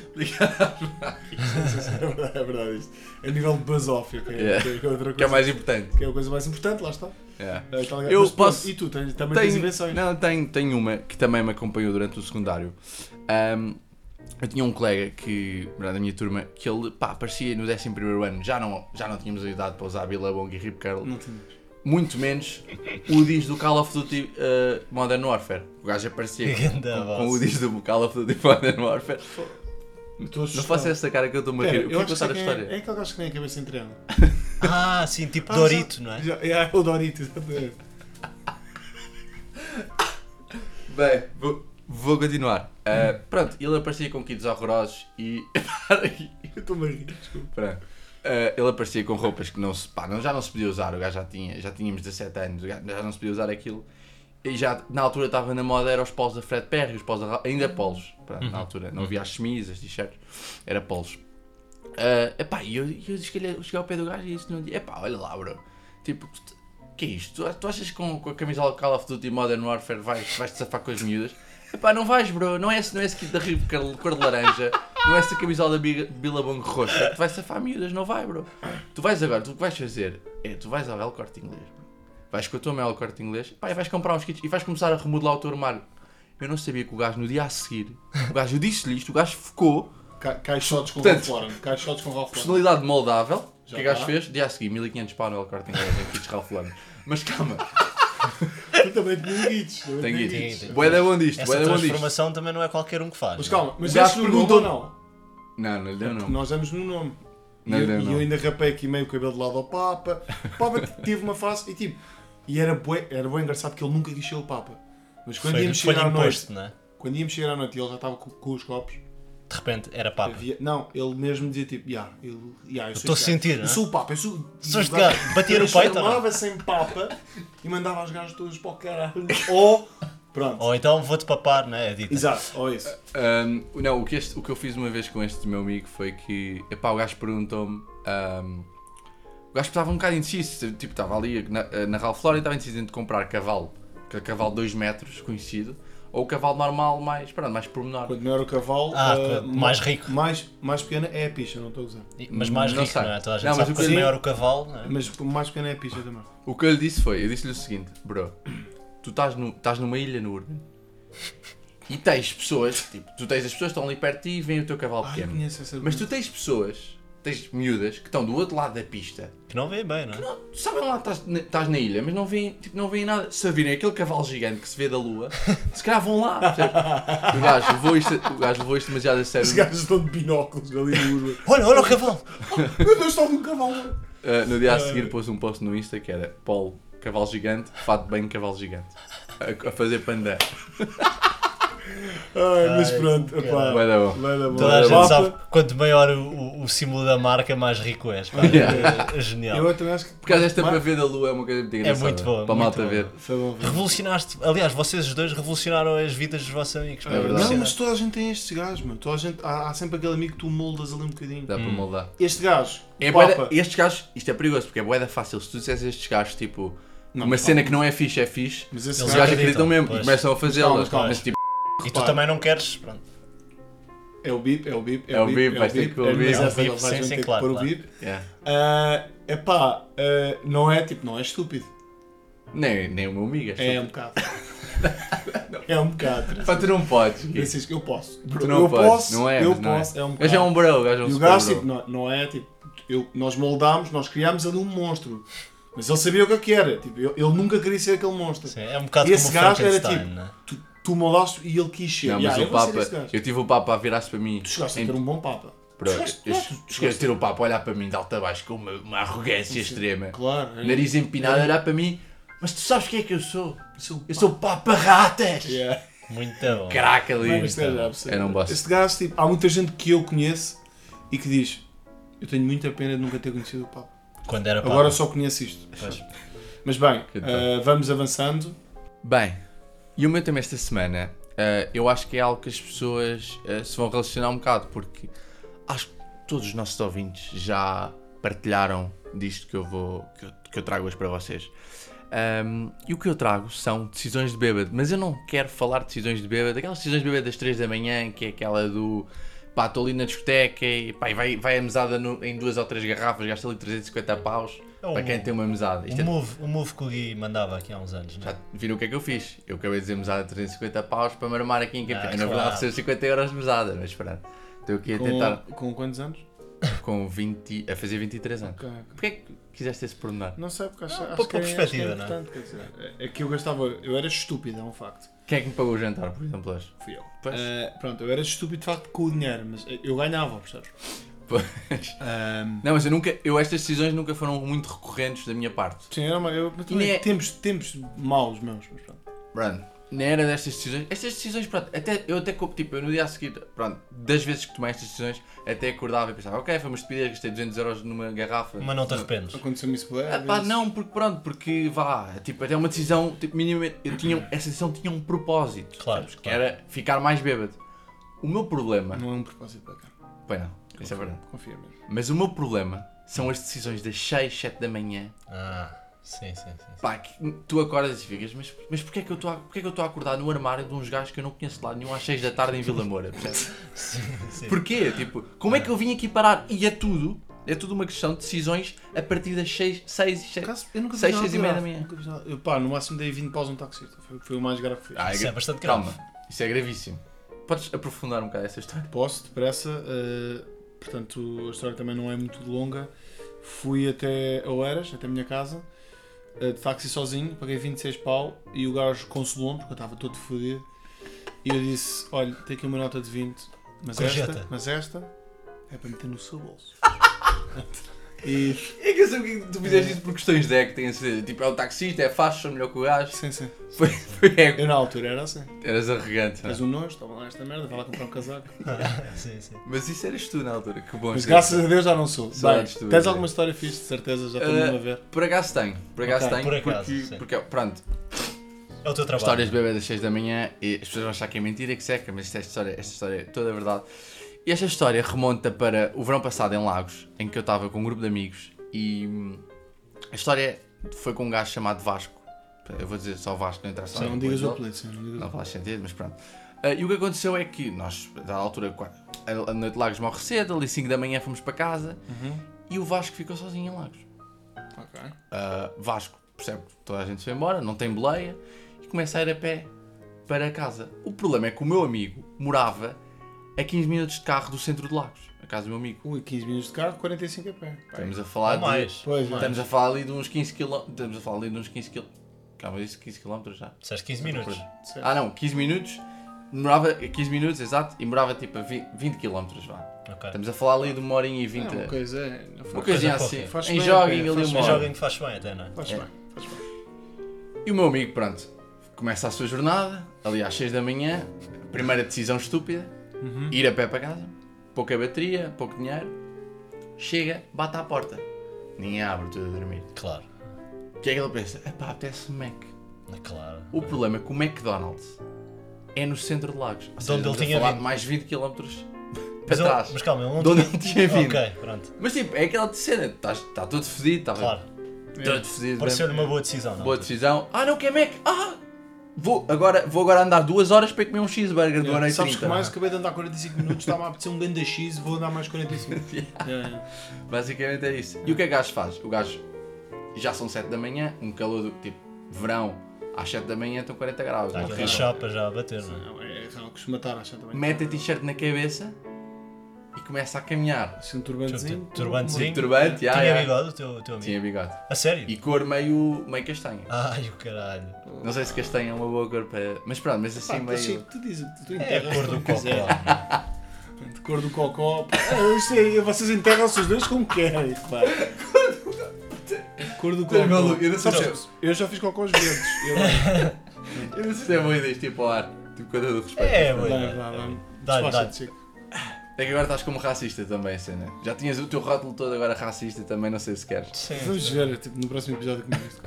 É verdade, é verdade isto. A nível de basófia, que, é-
Yeah.
que é- que é outra coisa.
que é o mais importante.
que é a coisa mais importante, lá está.
É.
É, está ligado.
Eu
Mas pronto,
posso-
E tu tens, também tens
Tenho,
invenções.
não, tenho, tenho uma que também me acompanhou durante o secundário. Ahm, eu tinha um colega que, na minha turma, que ele pá, aparecia no 11 ano, já não, já não tínhamos a idade para usar Billabong e Rip Curl,
Não tinhas.
muito menos o disco do Call of Duty eh, Modern Warfare. O gajo aparecia com,
Ganda
com- com
voz.
o disco do Call of Duty Modern Warfare.
Estou
Não
assustado.
faça esta cara que eu estou-me a
Espera,
rir. Eu
eu
quero
acho
contar a
que é,
história.
é aquele gajo que tem a cabeça em triângulo.
Ah, sim, tipo
Ah,
Dorito,
já-
não é?
já- é, é o Dorito, exatamente.
Bem, vou- Vou continuar. Ah, pronto, ele aparecia com kits horrorosos e. Para aí.
Eu estou-me a rir, desculpa.
Pera. Ah, ele aparecia com roupas que não se, pá, não, já não se podia usar, o gajo já tinha, já tínhamos 17 anos, o gajo já não se podia usar aquilo. E já na altura estava na moda, eram os polos da Fred Perry, os polos da, Ra- ainda polos, pronto, na altura, não havia as chemises, as t-shirts, era polos. Ah, epá, e eu, e eu disse que ele- eu cheguei ao pé do gajo e disse, não, epá, olha lá, bro, tipo, tu te- que é isto? Tu, tu achas que com, com a camisola Call of Duty Modern Warfare vais, vais te safar com as miúdas? Epá, não vais, bro, não é esse, não é esse kit da Rio de cor de laranja, não é essa camisola da Bi- Billabong roxa, tu vais safar miúdas, não vai, bro. Tu vais agora, tu o que vais fazer é, tu vais ao El Corte Inglês, bro. Vais com a tua mãe ao corte inglês, pá, e vais comprar uns kits e vais começar a remodelar o teu armário. Eu não sabia que o gajo no dia a seguir, o gajo eu disse-lhe isto, o gajo focou,
Ca- Caixotes com
Portanto,
Ralph Lauren. Caixotes com Ralph Lauren.
personalidade moldável, o que
Já
o gajo
tá.
fez? Dia a seguir, 1500 pau no El corte inglês, em kits Ralph Lauren. Mas calma,
Eu também tenho guites. também
tem
tenho
kits.
tem.
Boa é bom disto, boa
Essa
é bom disto.
transformação também não é qualquer um que faz.
Mas
não é?
calma, mas
O gajo
deste no nome
perguntou-
ou não?
Não, não lhe deu não.
Nós damos no um nome. E
Não,
eu,
não,
e
não.
eu ainda rapei aqui meio o cabelo de lado ao Papa. O Papa t- teve uma face e tipo. E era bué, era bué engraçado que ele nunca quis ser o Papa. Mas quando
Foi,
íamos
foi
chegar à noite,
imposto, não é?
quando íamos chegar à noite e ele já estava com, com os copos,
De repente era Papa.
havia- não, ele mesmo dizia tipo, "Ya, eu, ya, eu sou
estou a
este
sentir,
gajo.
não
Eu
é?
sou o Papa, eu sou.
Sou este
e o gajo
gajo. Batia no peito, ou não? é?
Transformava-se em Papa e mandava os gajos todos para o caralho. Ou. Pronto.
Ou então vou-te papar, não é? A dita.
Exato, ou isso.
Ahm, Um, não, o que, este- o que eu fiz uma vez com este meu amigo foi que epá, o gajo perguntou-me. ahm, o gajo estava um bocado indeciso, tipo, estava ali na, na Ralph Lauren e estava indeciso entre comprar cavalo, aquele cavalo de 2 metros conhecido, ou o cavalo normal mais, pronto, mais pormenor.
Quanto maior o cavalo,
Ah,
eh,
quanto mais rico.
Mais, mais pequena é a picha, não estou a usar.
E- Mas mais
Não
rico,
sei.
não é? Toda a gente
Não, mas um
sabe
o
que quanto
que-
maior o cavalo, não é?
Mas mais pequena é a picha também.
O que eu lhe disse foi, eu disse-lhe o seguinte, bro, tu estás, no, estás numa ilha no Urban e tens pessoas, tipo, tu tens as pessoas que estão ali perto de ti e vem o teu cavalo
Ai,
pequeno.
conheço essa
Mas tu tens pessoas, tens miúdas, que estão do outro lado da pista
que não vê bem, não é?
Não, tu sabem lá, estás na, estás na ilha, mas não veem, tipo, não veem nada. Se virem aquele cavalo gigante que se vê da lua, se calhar vão lá. percebes? O gajo levou isto, o gajo levou isto demasiado a sério.
Os gajos estão de binóculos ali no urba.
Olha, olha o cavalo!
Meu Deus, está um cavalo!
Uh, no dia a seguir pôs um post no Insta que era Paulo, cavalo gigante, fato bem cavalo gigante. A, a fazer pandé.
Ai, mas
Ai,
pronto,
caralho.
opá.
Vai dar bom.
Leva bola.
Toda a gente
Papa,
sabe que quanto maior o, o, o símbolo da marca, mais rico és. pá. É, é genial.
Eu também acho que.
Por causa desta para
Mas-
ver da lua é uma coisa muito engraçada.
muito bom,
Para a
muito
malta
bom.
ver.
Foi bom, foi bom.
Revolucionaste, aliás, vocês os dois revolucionaram as vidas dos vossos amigos. pá.
É verdade.
Não,
Revolucionaram.
mas toda a gente tem estes gajos, mano. Toda a gente, há, há sempre aquele amigo que tu moldas ali um bocadinho.
Dá para moldar.
Este gajo,
Tá. É
Papa,
bué da- estes gajos, isto é perigoso porque é boeda fácil. Se tu disseres a estes gajos, tipo,
Não,
uma
mas
cena que não é fixe é fixe,
mas esse
Eles
os
gajo
gajos acreditam
acreditam,
mesmo
pois.
e começam a fazê-las.
Mas calma,
Mas tipo,
E tu
Repara.
também não queres? Pronto.
é o bip, é o bip,
É o bip,
é o
vais ter
bip.
que pôr o
é,
bip.
mas
É o
essa
bip,
ele
sim,
vai
sim,
ter que
claro,
pôr o
claro.
bip.
yeah.
Ah, Epá, ah, não é tipo, não é estúpido.
nem, nem o meu amigo. é
É um bocado. É um bocado.
Pá, tu não podes. Gui.
Esses que eu posso.
Tu não
eu
podes.
posso,
não é,
eu
mas não
posso. É,
É.
um
gajo é
bocado.
um bro, o gajo é um
E o
super
gajo,
bro.
tipo, não, não é tipo. eu- nós moldámos, nós criámos ali um monstro. Mas ele sabia o que é que era. Tipo, ele, ele nunca queria ser aquele monstro.
Sim, é um bocado
Esse
como o
gajo era
Frankenstein,
tipo.
não é?
Tu, tu moldaste e ele quis ser.
Não,
Ya,
mas
eu
o
vou ser
Papa,
esse gajo.
eu tive o Papa a virar-se para mim.
Tu chegaste a
em-
ter um bom Papa.
Bro,
Tu
eu-
chegaste- tu
eu cheguei a ter o Papa a olhar para mim de alta a baixo com uma, uma arrogância extrema.
Claro. é-
Nariz empinado a olhar para mim. Mas tu sabes quem é que eu sou? um
Sou o
Eu sou o Papa Ratas!
Yeah.
Muito bom.
Caraca ali.
Mano, este gajo é absurdo.
Era um boss.
Este gajo, tipo, há muita gente que eu conheço e que diz: Eu tenho muita pena de nunca ter conhecido o Papa.
Quando
Tá.
era
Agora
Agora...
só conheço isto.
Pois.
Mas bem,
Então.
eh, vamos avançando.
Bem, e o meu tema esta semana, eh, eu acho que é algo que as pessoas eh, se vão relacionar um bocado, porque acho que todos os nossos ouvintes já partilharam disto que eu vou que eu, que eu trago hoje para vocês. Ahm, e o que eu trago são decisões de bêbado, mas eu não quero falar de decisões de bêbado, aquelas decisões de bêbado das 3 da manhã, que é aquela do pá, estou ali na discoteca e pá, e vai, vai a mesada no- em duas ou três garrafas, gasta ali 350 paus
É um-
para quem tem uma mesada. Isto
O
é
move, o tipo um move que o Gui mandava aqui há uns anos, não é?
já viram o que é que eu fiz? Eu acabei de dizer mesada de 350 paus para me armar aqui em Campinas.
Ah,
Eu, Na
claro.
verdade, recebo 50 euros de mesada, mas pronto. Estou aqui a tentar
Com, com quantos anos?
com 20, a fazer 23 anos.
Ok, ok.
Porquê é que quiseste esse pormenor?
Não sei, porque acho,
Não,
acho
para-
que
para
é- acho que é
perspectiva, não é?
importante, quer dizer, é? É que eu gastava. Eu era estúpido, é um facto.
Quem é que me pagou o jantar, por exemplo, hoje?
Fui eu.
Pois.
Eh, pronto, eu era estúpido de facto com o dinheiro, mas eh, eu ganhava, percebes?
Pois.
Ahm,
Não, mas eu nunca, eu, estas decisões nunca foram muito recorrentes da minha parte.
sim, era uma, eu, mas também
nem é-
tempos, tempos maus meus, mas pronto.
Pronto. na era destas decisões, estas decisões, pronto, até, eu até, co- tipo, eu no dia a seguir, pronto, das vezes que tomei estas decisões, até acordava e pensava, ok, foi uma estupidez, gastei 200 euros numa garrafa.
Mas não te arrependes.
Aconteceu-me isso bué,
Ah, pá,
vezes.
não, porque pronto, porque vá, tipo, até uma decisão, tipo, minimamente, eu tinha, essa decisão tinha um propósito,
Uhum. Claro,
sabes, que
claro.
era ficar mais bêbado. O meu problema,
Não é um propósito bacana.
Uhum.
pois não, isso é verdade,
Confia mesmo.
mas o meu problema são as decisões das 6, 7 da manhã,
Ah, sim, sim, sim.
pá, que tu acordas e ficas, mas, mas porquê, é que eu estou a- porquê é que eu estou a acordar no armário de uns gajos que eu não conheço de lado nenhum às 6 da tarde em Vila Moura, percebes?
sim, sim.
Porquê? Tipo, como é que eu vim aqui parar? E é tudo, é tudo uma questão de decisões a partir das 6, 6 e 7.
Caso, eu nunca fiz
Seis,
nada
seis e meia da
grave,
manhã.
nunca fiz nada. Eu, pá, no máximo dei 20 paus a um taxista. Foi, foi o mais grave que fiz.
Ah,
Isso
gra-
é bastante grave.
Calma, isso é gravíssimo. Podes aprofundar um bocado essa história?
Posso, depressa. eh, portanto, a história também não é muito longa. Fui até Oeiras, até a minha casa, eh, de táxi sozinho, paguei 26 pau e o gajo consolou-me porque eu estava todo fodido. E eu disse: Olha, tem aqui uma nota de 20, mas
Gorjeta.
esta, mas esta é para meter no seu bolso. e.
É que eu sei porque tu fizeste isso por questões de acting, assim, tipo, é o taxista, é faixa, melhor que o gajo.
Sim, sim.
Foi, foi ego.
Eu na altura era assim.
Eras arrogante, não é?
Mas um nojo, estava lá esta merda, vai lá comprar um casaco.
sim, sim.
Mas isso eras tu na altura, que bom.
Mas
ser.
graças a Deus já não sou.
Só
Bem,
antes tu,
tens
é.
alguma história fixe, de certeza, já estou
Eh,
mesmo a ver.
Por acaso tenho, por acaso
Ok,
tenho,
por acaso,
porque,
sim.
porque, pronto,
É o teu trabalho.
histórias de bebê das 6 da manhã, e as pessoas vão achar que é mentira e que seca, mas esta história, esta história é toda verdade. E esta história remonta para o verão passado em Lagos, em que eu estava com um grupo de amigos e hum, a história foi com um gajo chamado Vasco. Eu vou dizer só Vasco, não interessa.
Só não
o
digas o
nome.
apelido, sim, não digas o
Não faz sentido, mas pronto. Ah, e o que aconteceu é que nós, da altura, qua- a a noite de Lagos morre cedo, ali 5 da manhã fomos para casa
Uhum.
e o Vasco ficou sozinho em Lagos.
Ok.
Ah, Vasco percebe que toda a gente foi embora, não tem boleia e começa a ir a pé para casa. O problema é que o meu amigo morava a 15 minutos de carro do centro de Lagos, a casa do meu amigo.
Ui, 15 minutos de carro, 45 a pé.
Estamos a
Ou
falar
mais.
de.
Pois,
ou mais.
Estamos a falar ali de uns 15 km. Estamos a falar ali de uns 15 km. Calma, eu disse 15 km já.
Disseste 15 minutos.
Certo.
Ah não, 15 minutos. Demorava 15 minutos, exato, e morava tipo a 20 km, vá.
Ok.
Estamos a falar ali de uma horinha e 20.
É uma
uma
coisa, é. não faz-
coisinha
coisa
assim.
pouca.
Faz
em
bem,
jogging
é,
ali
faz
uma
Mas
hora.
alguém que faz bem até, não é?
Faz
É.
bem, faz bem.
E o meu amigo, pronto, começa a sua jornada, ali às 6 da manhã, primeira decisão estúpida,
Uhum.
ir a pé para casa, pouca bateria, pouco dinheiro, chega, bate à porta, ninguém abre, tudo a dormir.
Claro.
O que é que ele pensa? Epá, apetece um Mac.
É Claro.
O problema é que o McDonald's é no centro de Lagos, ou seja,
onde ele
estamos a
tinha
falar
vindo.
de mais 20 km para
Mas, ele-
trás.
mas calma, ele não
De onde ele tinha vindo.
Ok, pronto.
Mas tipo, é aquela cena, estás- está todo fedido, estava
Claro.
todo fedido.
Pareceu-lhe
mesmo.
uma boa decisão, não? Tipo,
Boa decisão. Ah, não quer Mac? Ah! Vou agora, vou agora andar duas horas para comer um cheeseburger do hora e
Sabes que
30.
mais acabei de andar 45 minutos, estava a apetecer um grande X, vou andar mais 45. É,
Basicamente é isso. E o que é que o gajo faz? O gajo já são 7 da manhã, um calor do tipo verão, às 7 da manhã estão 40 graus. Então,
Está aquela
horrível.
chapa já a bater, não é?
Não, é, é, costumo matar, acho também.
Mete a t-shirt na cabeça e começa a caminhar.
Assim, um turbantezinho.
Turbantezinho.
Turbante, ah,
Tinha
ah.
bigode o teu, o teu amigo?
Tinha bigode.
A sério?
E cor meio, meio castanha.
Ai, o caralho.
Não sei se castanha é uma boa cor para. Mas pronto, mas assim
Pá,
meio.
assim, tu dizes, tu
É a
enterras
cor
como
do copo.
quiser.
lá.
De cor do cocó. pá. Ah, eu sei, vocês enterram-se os dois como querem, pá. Cor do cocó.
maluco? Eu não sei é
Sabes, eu já fiz cocós verdes. Eu,
Eu não sei se é boa ideia isto tipo ao ar. Tipo, com todo o respeito.
É,
Vai,
boa.
vai, vai.
Dá-lhe,
Despacha-te,
dá-lhe.
Chico.
É que agora estás como racista também, cena. Já tinhas o teu rótulo todo agora racista também, não sei se queres.
Sim.
Vamos ver, tipo, no próximo episódio como é isto.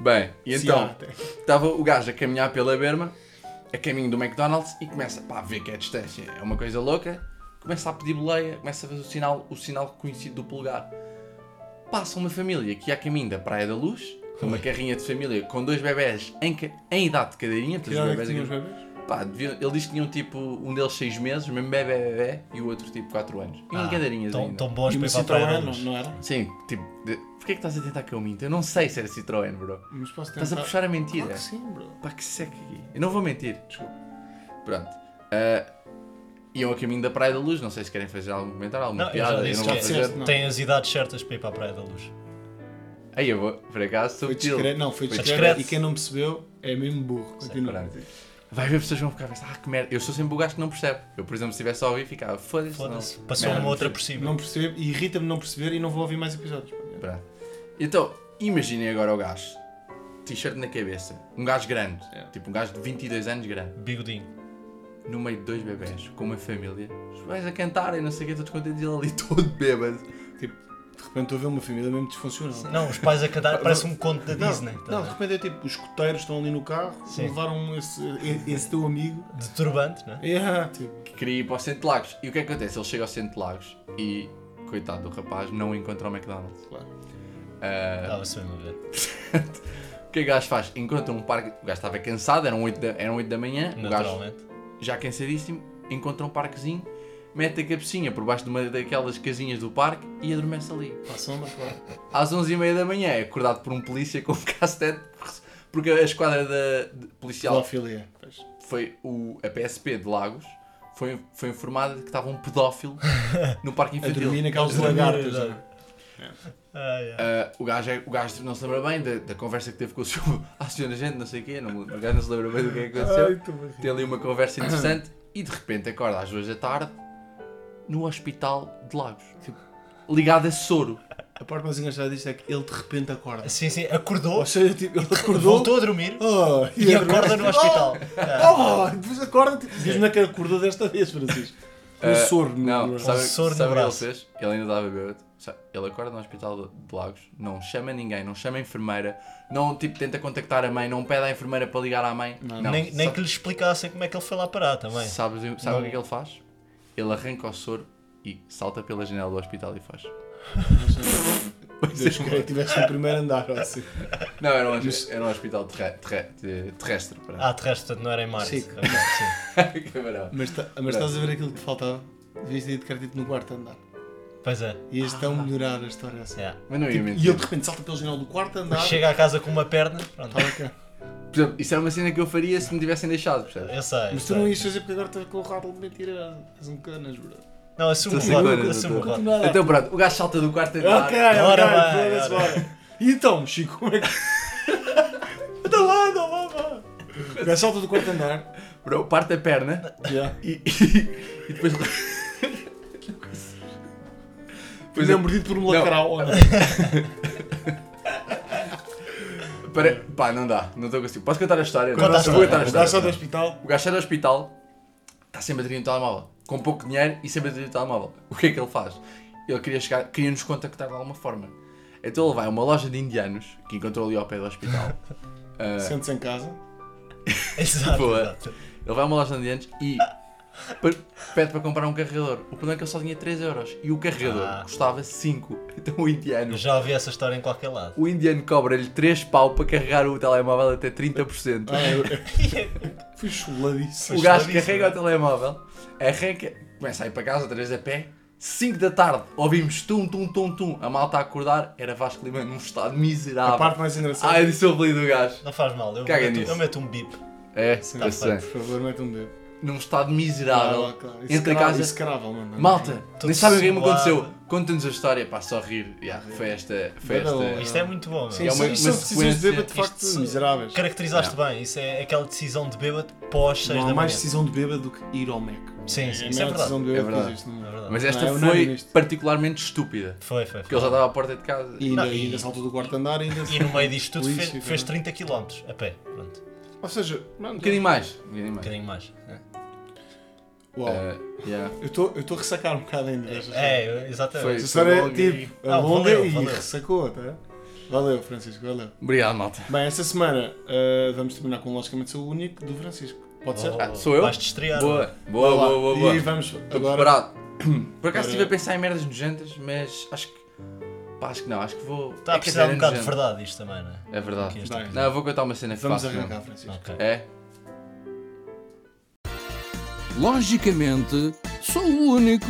Bem, e
Se há
então
até.
estava o gajo a caminhar pela berma, a caminho do McDonald's, e começa pá, a ver que é distância, é uma coisa louca, começa a pedir boleia, começa a fazer o sinal, o sinal conhecido do polegar. Passa uma família que ia a caminho da Praia da Luz, uma carrinha de família com dois bebés em, ca- em idade de cadeirinha,
Que
portanto, os
idade é que
bebés
tinham os
aqui-
bebês?
pá, deviam- ele diz que tinham tipo, um deles 6 meses, o mesmo bebê, bebê, e o outro tipo 4 anos. E
Ah,
em cadeirinhas
então
Ah, tão,
ainda.
tão bons
E uma
para ir para a praia da
Citroën, não,
luz.
não era?
Sim, tipo, de... porquê é que estás a tentar que eu minta? Eu não sei se era Citroën, bro.
Mas posso tentar.
Estás a puxar a mentira.
Claro que sim, bro.
Pá, que seca aqui. Eu não vou mentir.
Desculpa.
Pronto. Ah, iam a caminho da Praia da Luz, não sei se querem fazer algum comentário, alguma
Não, eu já
piada, eu
disse
não
que
vou
é.
disseste,
fazer.
não.
Tem as idades certas para ir para a praia da luz.
Aí eu vou, por acaso, sou
Foi
sutil.
discreto. Não, foi
Foi
discreto.
discreto.
E quem não percebeu é mesmo burro. Continua.
Pronto. Vai ver pessoas que vão ficar a pensar, ah que merda, eu sou sempre o gajo que não percebe. Eu, por exemplo, se estivesse a ouvir, ficava, foda-se.
Foda-se.
não.
Passou
Merda,
uma
não
outra
percebo."
por cima.
Não percebe, e irrita-me não perceber e não vou ouvir mais episódios.
Pronto. Então, imaginem agora o gajo t-shirt na cabeça. Um gajo grande.
É.
Tipo um gajo de 22 anos grande.
Bigodinho.
No meio de dois bebés, com uma família. Os bebés a cantarem, não sei o que, todos contentes e ele ali todo bêbado.
Tipo, de repente estou a ver uma família mesmo disfuncional.
Não, os pais a cantar parece um conto da
Não,
Disney. tá
não, de
bem?
repente é tipo, os escoteiros estão ali no carro,
Sim.
levaram um esse, esse teu amigo.
de turbante, não é?
É, tipo,
Que queria ir para o Centro de Lagos. E o que é que acontece? Ele chega ao Centro de Lagos e, coitado do rapaz, não encontra o McDonald's.
claro. É.
Estava-se mesmo a ver.
O que é que o gajo faz? Encontra um parque. O gajo estava cansado, eram 8 da, eram 8 da
Um
manhã. O gajo
Naturalmente.
já cansadíssimo, encontra um parquezinho, mete a cabecinha por baixo de uma daquelas casinhas do parque e adormece ali.
Para a sombra, claro.
Às 11h30 da manhã é acordado por um polícia com um castete, porque a esquadra da, de- policial
Pedofilia. Pois.
foi o, a PSP de Lagos. Foi, foi informada de que estava um pedófilo no parque
A
infantil.
dormir naqueles
Eles
lagartos.
dormiram,
não é?
Ai, ai.
Ah, o, gajo é- o gajo não se lembra bem da, da conversa que teve com o seu ah, senhor agente, não sei o quê. Não, o gajo não se lembra bem do que é que aconteceu.
Ai, estou a rir.
Tem ali uma conversa interessante e de repente acorda às duas da tarde no hospital de Lagos. Tipo, ligado a soro.
A parte mais engraçada disto é que ele de repente acorda.
Sim, sim, acordou,
Ou seja, tipo, ele acordou.
voltou a dormir
Oh,
e acorda no hospital.
Oh,
Ah,
depois acorda. tipo, Diz-me que acordou desta vez, Francisco. Um
Ah,
sorro no
Não,
no-
sabe,
soro no
sabe o que ele
braço.
fez? Ele ainda estava bêbado. Sabe, Ele acorda no hospital de de Lagos, não chama ninguém, não chama a enfermeira, não tipo, tenta contactar a mãe, não pede à enfermeira para ligar à mãe. Não,
Nem, nem
sabe,
que lhe explicassem como é que ele foi lá parar também.
sabes- sabe o que é que ele faz? Ele arranca o soro e salta pela janela do hospital e faz.
Deixa-me ver, estiveste no primeiro andar, ou assim.
Não, era um, era um hospital terre- terre- de- terrestre. Para...
Ah, terrestre, portanto, não era em Marte.
Sim.
Ok, sim.
Mas, tá- mas estás a ver aquilo que te faltava? Devias ter ido cartito tipo no quarto andar.
Pois é.
Ias tão melhorar a história assim.
yeah.
Mas não ia
Tipo,
mentir.
e ele de repente salta pelo janela do quarto andar.
Chega à casa com uma perna, pronto.
Estava cá.
Por exemplo, isso era uma cena que eu faria se me tivessem deixado, percebes?
Eu sei.
Mas tu
sei.
não ias fazer porque agora estás com o rabo de mentira. És um canas, bro.
Não,
Tá
Estou
assumo o
sem
rótulo.
cores,
Assumo o
doutor.
rótulo.
Nada.
Então pronto, o gajo salta do quarto andar.
Ok,
Ora bem,
ok, foda-se,
ora.
bora. E então, Chico, como é que. Anda
Então,
lá, anda lá, vá. O gajo salta do quarto andar.
Bro, parte a perna
Yeah.
e, e, e depois.
Pois
Pois
é,
é,
mordido por um
Não.
lacral. ou não?
para... Pá, não dá, não estou conseguindo. Posso contar a história?
Conta a
Não,
história,
vou contar
O
a
gajo
história.
sai do hospital.
O gajo sai do hospital, está sem bateria no telemóvel, com pouco dinheiro e sem bateria no telemóvel. O que é que ele faz? Ele queria, chegar, queria nos contactar de alguma forma. Então ele vai a uma loja de indianos que encontrou ali ao pé do hospital. Ah,
Sente-se em casa.
Exato.
Boa.
exato.
Ele vai a uma loja de antes e per- pede para comprar um carregador. O problema é que ele só tinha 3€ euros e o carregador
Ah.
custava 5. Então o indiano,
Eu já ouvi essa história em qualquer lado.
o indiano cobra-lhe 3 pau para carregar o telemóvel até 30%.
Ah, eu- eu- Fui chuladíssimo.
o gajo
sabe isso,
é?
carrega o telemóvel, arranca, começa a ir para casa outra vez a pé. 5 da tarde, ouvimos tum tum tum tum, a malta a acordar, era Vasco Lima num estado
A
miserável.
parte mais engraçada.
Ai, Ah, disse o apelido do gajo.
Não faz mal, eu,
Caga
meto,
nisso.
eu meto um bip.
É,
Tá
está-se bem.
feito, Por favor, mete um dedo. Ah,
Num estado miserável.
Claro, claro.
Entra em
Execrável,
casa,
Execrável, mano.
Malta,
Todo
nem sabem o que é que me
suado.
aconteceu. Conta-nos a história, pá, só rir. Yeah, foi esta. Foi
Bada
esta.
lá.
Isto é muito bom,
Sim,
meu.
É
isto-
uma-
isto são
uma
decisões de
sequência-
bêbado de facto
isto-
miseráveis.
Caracterizaste bem, isso é aquela decisão de bêbado pós 6
Não há
da manhã.
mais decisão de bêbado do que ir ao Mac.
Sim, sim,
a
isso é
maior
verdade.
decisão de
É
bêbado que
verdade.
existe no
É
mundo.
verdade.
Mas esta
Não, eu não vi
foi
isto.
particularmente estúpida.
Foi, foi.
Porque ele
foi.
já estava à porta de casa. Um
E ainda,
Não, e-
ainda saltou do quarto andar e ainda.
E no meio disto tudo
Polícia,
fe-
cara.
fez 30 km a pé. Pronto, um
Ou seja, mano,
Um bocadinho mais. Um bocadinho mais.
bocadinho mais.
uau.
Eh, yeah.
Eu estou a ressacar um bocado ainda. destas
É,
coisas.
eu-
Foi.
exatamente.
Essa história é
longa
tipo,
e-
a
Ah,
longa
valeu,
e
valeu.
ressacou, tá? Valeu, Francisco, valeu.
Obrigado, malta.
Bem, esta semana ah, vamos terminar com Logicamente Sou o Único do Francisco.
Oh.
Pode ser?
Ah, sou eu?
Vais-te estrear.
Boa, boa,
Vai lá.
boa, boa. boa.
E vamos
Estou
agora.
preparado. Por acaso
Agora-
estive a pensar em merdas nojentas, mas acho que. Pá, acho que não, acho que vou.
Tá
Está a
é que
precisar
é
um bocado de
nojento.
verdade isto também, não é?
É verdade.
Aqui este
Bem.
episódio.
Não, eu vou contar uma cena que
Vamos
faço. não.
arrancar, Francisco.
Ok.
É?
Logicamente, sou o único.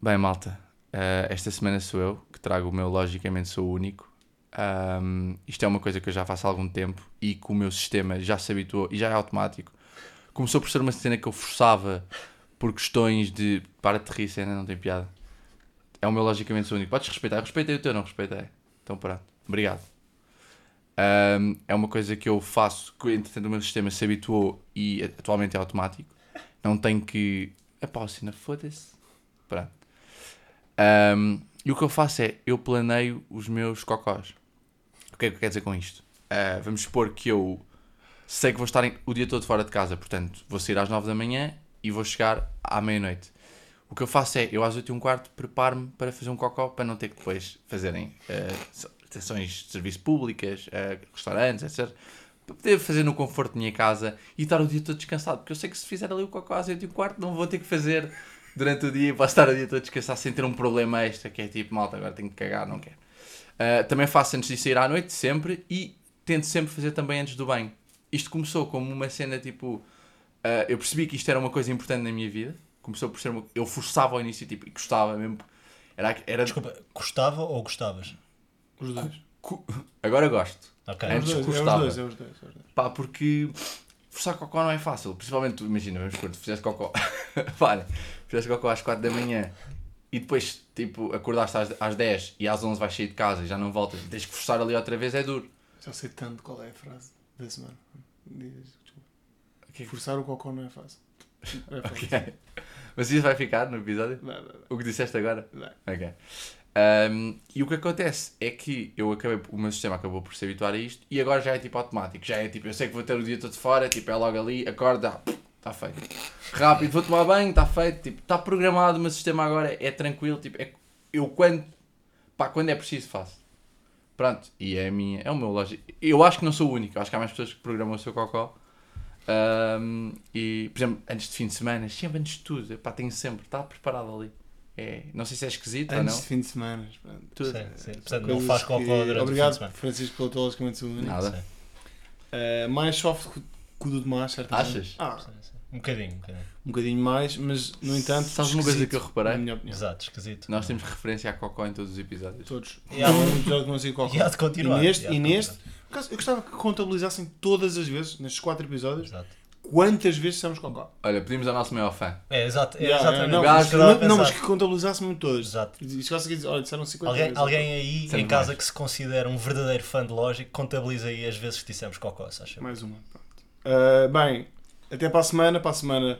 Bem, malta, eh, esta semana sou eu que trago o meu Logicamente Sou o Único. Ahm, isto é uma coisa que eu já faço há algum tempo e que o meu sistema já se habituou e já é automático. Começou por ser uma cena que eu forçava por questões de para de rir, cena não tem piada. É o meu Logicamente Sou o Único. Podes respeitar, eu respeitei o teu, não respeitei. Então pronto, obrigado. Ahm, é uma coisa que eu faço que entretanto o meu sistema se habituou e atualmente é automático. Não tenho que. Epá, assim, não foda-se. Pronto. Um, e o que eu faço é, eu planeio os meus cocós. O que é que eu quero dizer com isto? ah, vamos supor que eu sei que vou estar em- o dia todo fora de casa, portanto, vou sair às 9 da manhã e vou chegar à meia-noite. O que eu faço é, eu às 8 e um quarto preparo-me para fazer um cocó para não ter que depois fazerem estações de serviço públicas, ah, restaurantes, etc. Para poder fazer no conforto da minha casa e estar o dia todo descansado, porque eu sei que se fizer ali o cocó às 8 e um quarto não vou ter que fazer durante o dia e posso estar o dia todo descansado sem ter um problema extra que é tipo, malta, agora tenho que cagar, não quero. Uh, também faço antes de sair à noite, sempre, e tento sempre fazer também antes do banho. Isto começou como uma cena tipo. uh, eu percebi que isto era uma coisa importante na minha vida. Começou por ser uma. Eu forçava ao início tipo, e gostava mesmo. Era. era
Desculpa, gostava ou gostavas?
Os dois.
cu- Agora gosto.
Ok.
É.
Os dois, é os
Desgostava.
dois, é os dois. é os dois.
Pá, porque forçar cocó não é fácil. Principalmente, tu imagina, vamos supor, tu fizeste cocó. Para, fizeste cocó às 4 da manhã e depois, tipo, acordaste às, às 10 e às 11 vais sair de casa e já não voltas. Tens que forçar ali outra vez, é duro.
Já sei tanto qual é a frase da semana. Diz, desculpa.
O que é que-
Forçar o cocô não é fácil. Não é fácil.
Ok. Mas isso vai ficar no episódio?
Vai, vai, vai.
O que disseste agora?
Vai.
Ok. Um, e o que acontece é que eu acabei, o meu sistema acabou por se habituar a isto e agora já é tipo automático. Já é tipo, eu sei que vou ter o dia todo fora, tipo, é logo ali, acorda, está tá feito. Rápido, vou tomar banho, está feito, tipo, está programado, o meu sistema agora é tranquilo, tipo, é, eu quando, pá, quando é preciso faço. Pronto, e é a minha, é o meu lógico. Eu acho que não sou o único, acho que há mais pessoas que programam o seu cocó. Um, e, por exemplo, antes de fim de semana, sempre antes de tudo, pá, tenho sempre, está preparado ali. É, não sei se é esquisito ou
Antes
não.
de fim de semana. pronto. É,
Tudo.
É, Sim, sim. Portanto, não
Coisas
faz
que-
cocó durante o
Obrigado,
fim de semana.
Francisco, pelo teu logicamente segundo.
Nada.
Sim,
Uh, mais soft que que o do Tomás, certamente.
Achas?
Ah,
sim, sim. Um bocadinho, um bocadinho.
um bocadinho mais, mas no entanto.
Sabes uma coisa
esquisito,
que eu reparei?
Na minha opinião.
Exato, esquisito.
Nós temos referência a Cocó em todos os episódios.
Todos.
E há-
Há um episódio que não sei qual.
E há de
E
continuar.
neste,
há de
e neste
continuar.
por acaso, eu gostava que contabilizassem todas as vezes, nestes quatro episódios,
Exato.
quantas vezes estamos com cocó.
Olha, pedimos ao nosso maior fã.
É, exato. É,
Yeah,
exatamente.
não,
o que eu
gajo-
estava a
Não, não, mas
pensar.
que é contabilizassem todas.
Exato.
E chegasse aqui e dizia, olha, disseram 50
Alguém,
vezes.
alguém aí
Sempre
em casa
mais.
que se considera um verdadeiro fã de lógico, contabiliza aí as vezes que dissemos cocó, se achas?
é Mais uma, pronto. Ah, bem, até para a semana. Para a semana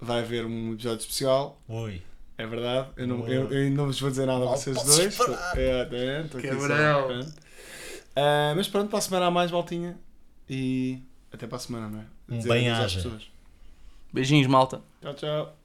vai haver um episódio especial.
Ui.
É verdade. Eu não,
Boa.
eu, eu não vos vou dizer nada a
Mal
vocês
posso
dois.
esperar.
É, é, estou aqui só,
Cabrão.
pronto. Ah, mas pronto, para a semana há mais, Maltinha. E até para a semana, não é?
Um
Dizer adeus às
bem-aja.
pessoas.
Beijinhos, malta.
Tchau, tchau.